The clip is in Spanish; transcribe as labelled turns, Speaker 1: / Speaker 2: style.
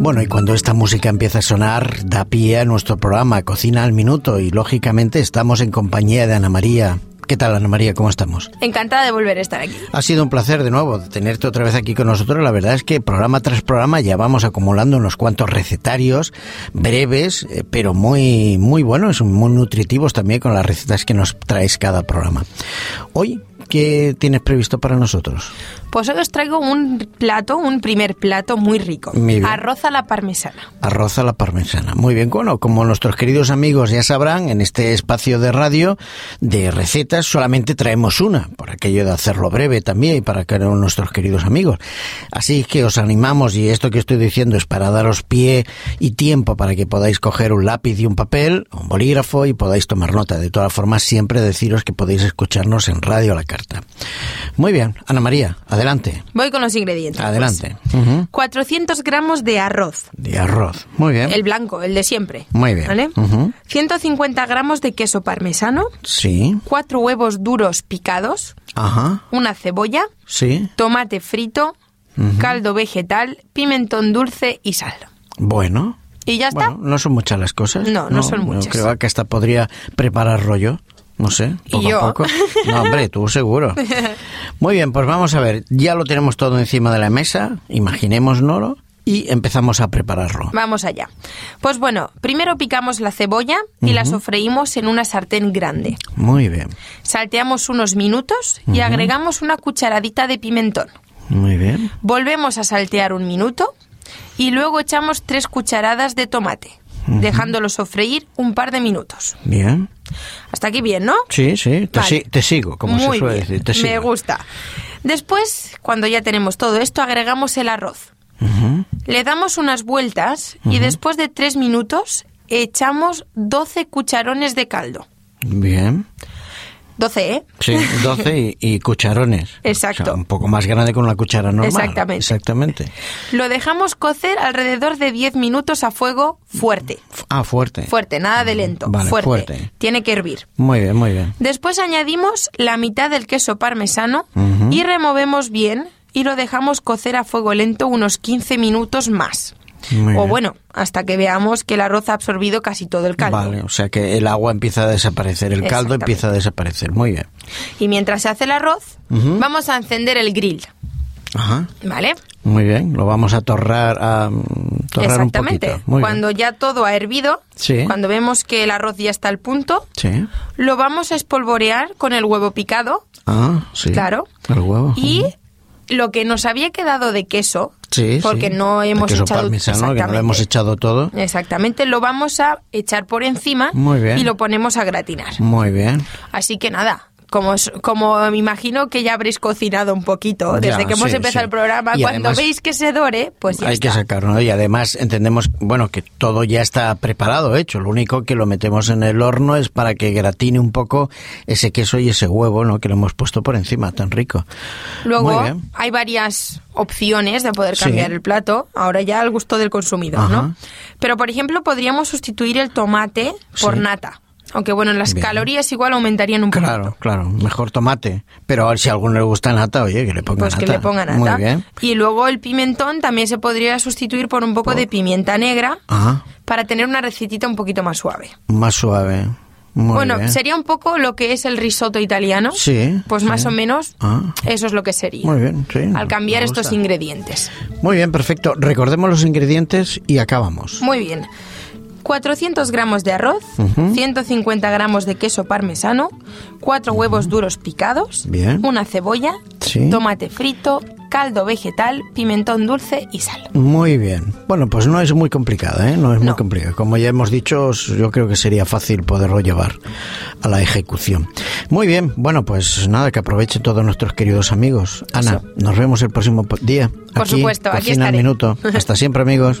Speaker 1: Bueno, y cuando esta música empieza a sonar, da pie a nuestro programa Cocina al Minuto y lógicamente estamos en compañía de Ana María. ¿Qué tal, Ana María? ¿Cómo estamos?
Speaker 2: Encantada de volver a estar aquí.
Speaker 1: Ha sido un placer de nuevo tenerte otra vez aquí con nosotros. La verdad es que programa tras programa ya vamos acumulando unos cuantos recetarios breves, eh, pero muy, muy buenos, muy nutritivos también con las recetas que nos traes cada programa. Hoy, ¿qué tienes previsto para nosotros?
Speaker 2: Pues hoy os traigo un plato, un primer plato muy rico.
Speaker 1: Muy bien.
Speaker 2: Arroz a la parmesana.
Speaker 1: Arroz a la parmesana. Muy bien, bueno, como nuestros queridos amigos ya sabrán, en este espacio de radio de recetas solamente traemos una, por aquello de hacerlo breve también y para que nuestros queridos amigos. Así que os animamos y esto que estoy diciendo es para daros pie y tiempo para que podáis coger un lápiz y un papel, un bolígrafo y podáis tomar nota. De todas formas, siempre deciros que podéis escucharnos en Radio La Carta. Muy bien, Ana María, adelante.
Speaker 2: Voy con los ingredientes. pues.
Speaker 1: Adelante. Ujú.
Speaker 2: 400 gramos de arroz.
Speaker 1: De arroz. Muy bien.
Speaker 2: El blanco, el de siempre.
Speaker 1: Muy bien. Mm.
Speaker 2: ¿Vale?
Speaker 1: Ujú.
Speaker 2: 150 gramos de queso parmesano.
Speaker 1: Sí.
Speaker 2: Cuatro huevos duros picados.
Speaker 1: Ajá.
Speaker 2: Una cebolla.
Speaker 1: Sí.
Speaker 2: Tomate frito. Caldo vegetal. Pimentón dulce y sal.
Speaker 1: Bueno.
Speaker 2: Y ya está.
Speaker 1: Bueno, no son muchas las cosas.
Speaker 2: No, no son muchas.
Speaker 1: Creo que hasta podría preparar rollo. No sé,
Speaker 2: Y
Speaker 1: poco
Speaker 2: yo.
Speaker 1: a poco. No, hombre, tú seguro. Muy bien, pues vamos a ver. Ya lo tenemos todo encima de la mesa, imaginémoslo y empezamos a prepararlo.
Speaker 2: Vamos allá. Pues bueno, primero picamos la cebolla y la sofreímos en una sartén grande.
Speaker 1: Muy bien,
Speaker 2: Salteamos unos minutos y agregamos una cucharadita de pimentón.
Speaker 1: muy bien.
Speaker 2: Volvemos a saltear un minuto y luego echamos tres cucharadas de tomate, dejándolo sofreír un par de minutos.
Speaker 1: Bien.
Speaker 2: Hasta aquí bien, ¿no?
Speaker 1: Sí, sí, te,
Speaker 2: Vale.
Speaker 1: si- te sigo, como
Speaker 2: Muy
Speaker 1: se suele
Speaker 2: bien,
Speaker 1: decir. Te
Speaker 2: Me
Speaker 1: sigo.
Speaker 2: gusta. Después, cuando ya tenemos todo esto, agregamos el arroz.
Speaker 1: Ujú.
Speaker 2: Le damos unas vueltas y después de tres minutos echamos 12 cucharones de caldo.
Speaker 1: Bien.
Speaker 2: 12, ¿eh?
Speaker 1: Sí, 12 y, y cucharones.
Speaker 2: Exacto.
Speaker 1: O sea, un poco más grande con la cuchara normal.
Speaker 2: Exactamente.
Speaker 1: Exactamente.
Speaker 2: Lo dejamos cocer alrededor de 10 minutos a fuego fuerte.
Speaker 1: F- Ah, fuerte.
Speaker 2: Fuerte, nada de lento.
Speaker 1: Vale,
Speaker 2: fuerte.
Speaker 1: fuerte.
Speaker 2: Tiene que hervir.
Speaker 1: Muy bien, muy bien.
Speaker 2: Después añadimos la mitad del queso parmesano y removemos bien y lo dejamos cocer a fuego lento unos 15 minutos más.
Speaker 1: Muy
Speaker 2: o
Speaker 1: bien.
Speaker 2: bueno, hasta que veamos que el arroz ha absorbido casi todo el caldo.
Speaker 1: Vale, o sea que el agua empieza a desaparecer, el caldo
Speaker 2: Exactamente.
Speaker 1: empieza a desaparecer. Muy bien.
Speaker 2: Y mientras se hace el arroz, vamos a encender el grill,
Speaker 1: Ajá.
Speaker 2: ¿vale?
Speaker 1: Muy bien, lo vamos a torrar, a mm, torrar un
Speaker 2: Exactamente.
Speaker 1: poquito. Muy
Speaker 2: cuando ya todo ha hervido,
Speaker 1: Sí.
Speaker 2: cuando vemos que el arroz ya está al punto,
Speaker 1: bien. Sí.
Speaker 2: lo vamos a espolvorear con el huevo picado
Speaker 1: Ah, sí.
Speaker 2: Claro.
Speaker 1: El huevo.
Speaker 2: Y
Speaker 1: Ujú.
Speaker 2: lo que nos había quedado de queso,
Speaker 1: Sí,
Speaker 2: porque
Speaker 1: sí.
Speaker 2: no
Speaker 1: El
Speaker 2: hemos
Speaker 1: queso
Speaker 2: echado
Speaker 1: parmesano, que no lo hemos
Speaker 2: exactamente.
Speaker 1: echado todo.
Speaker 2: Exactamente, lo vamos a echar por encima
Speaker 1: Muy bien.
Speaker 2: y lo ponemos a gratinar.
Speaker 1: Muy bien.
Speaker 2: Así que nada, como, os- como me imagino que ya habréis cocinado un poquito
Speaker 1: Ya,
Speaker 2: desde que hemos
Speaker 1: sí,
Speaker 2: empezado
Speaker 1: sí.
Speaker 2: el programa,
Speaker 1: Y
Speaker 2: cuando
Speaker 1: además-
Speaker 2: veis que se dore, pues ya
Speaker 1: Hay
Speaker 2: está.
Speaker 1: que sacarlo y además entendemos, bueno, que todo ya está preparado, hecho. Lo único que lo metemos en el horno es para que gratine un poco ese queso y ese huevo, ¿no? Que lo hemos puesto por encima, tan rico. Muy
Speaker 2: Luego
Speaker 1: bien.
Speaker 2: hay varias opciones de poder
Speaker 1: Sí.
Speaker 2: cambiar el plato, ahora ya al gusto del consumidor,
Speaker 1: Ajá.
Speaker 2: ¿no? Pero por ejemplo podríamos sustituir el tomate por
Speaker 1: Sí.
Speaker 2: nata, aunque bueno, las
Speaker 1: Bien.
Speaker 2: calorías igual aumentarían un poco.
Speaker 1: Claro, claro, mejor tomate. Pero a ver si a alguno le gusta nata, oye, que le pongan
Speaker 2: Pues
Speaker 1: nata.
Speaker 2: que le pongan nata.
Speaker 1: Muy bien.
Speaker 2: Y luego el pimentón también se podría sustituir por un poco de pimienta negra
Speaker 1: Ajá,
Speaker 2: para tener una recetita un poquito más suave.
Speaker 1: Ah, más suave. Muy
Speaker 2: bueno,
Speaker 1: bien.
Speaker 2: sería un poco lo que es el risotto italiano.
Speaker 1: Sí,
Speaker 2: Pues
Speaker 1: sí.
Speaker 2: más o menos
Speaker 1: Ah.
Speaker 2: eso es lo que sería.
Speaker 1: Muy bien, sí,
Speaker 2: Al cambiar
Speaker 1: me
Speaker 2: estos
Speaker 1: gusta.
Speaker 2: ingredientes.
Speaker 1: Muy bien, perfecto. Recordemos los ingredientes y acabamos.
Speaker 2: Muy bien. 400 gramos de arroz, 150 gramos de queso parmesano, 4 huevos duros picados,
Speaker 1: Bien.
Speaker 2: una cebolla,
Speaker 1: Sí.
Speaker 2: tomate frito, caldo vegetal, pimentón dulce y sal.
Speaker 1: Muy bien. Bueno, pues no es muy complicado, ¿eh? No es muy
Speaker 2: No.
Speaker 1: complicado. Como ya hemos dicho, yo creo que sería fácil poderlo llevar a la ejecución. Muy bien. Bueno, pues nada, que aprovechen todos nuestros queridos amigos. Ana, nos vemos el próximo po- día.
Speaker 2: Por supuesto, aquí
Speaker 1: Cocina al
Speaker 2: estaré.
Speaker 1: minuto. Hasta siempre, amigos.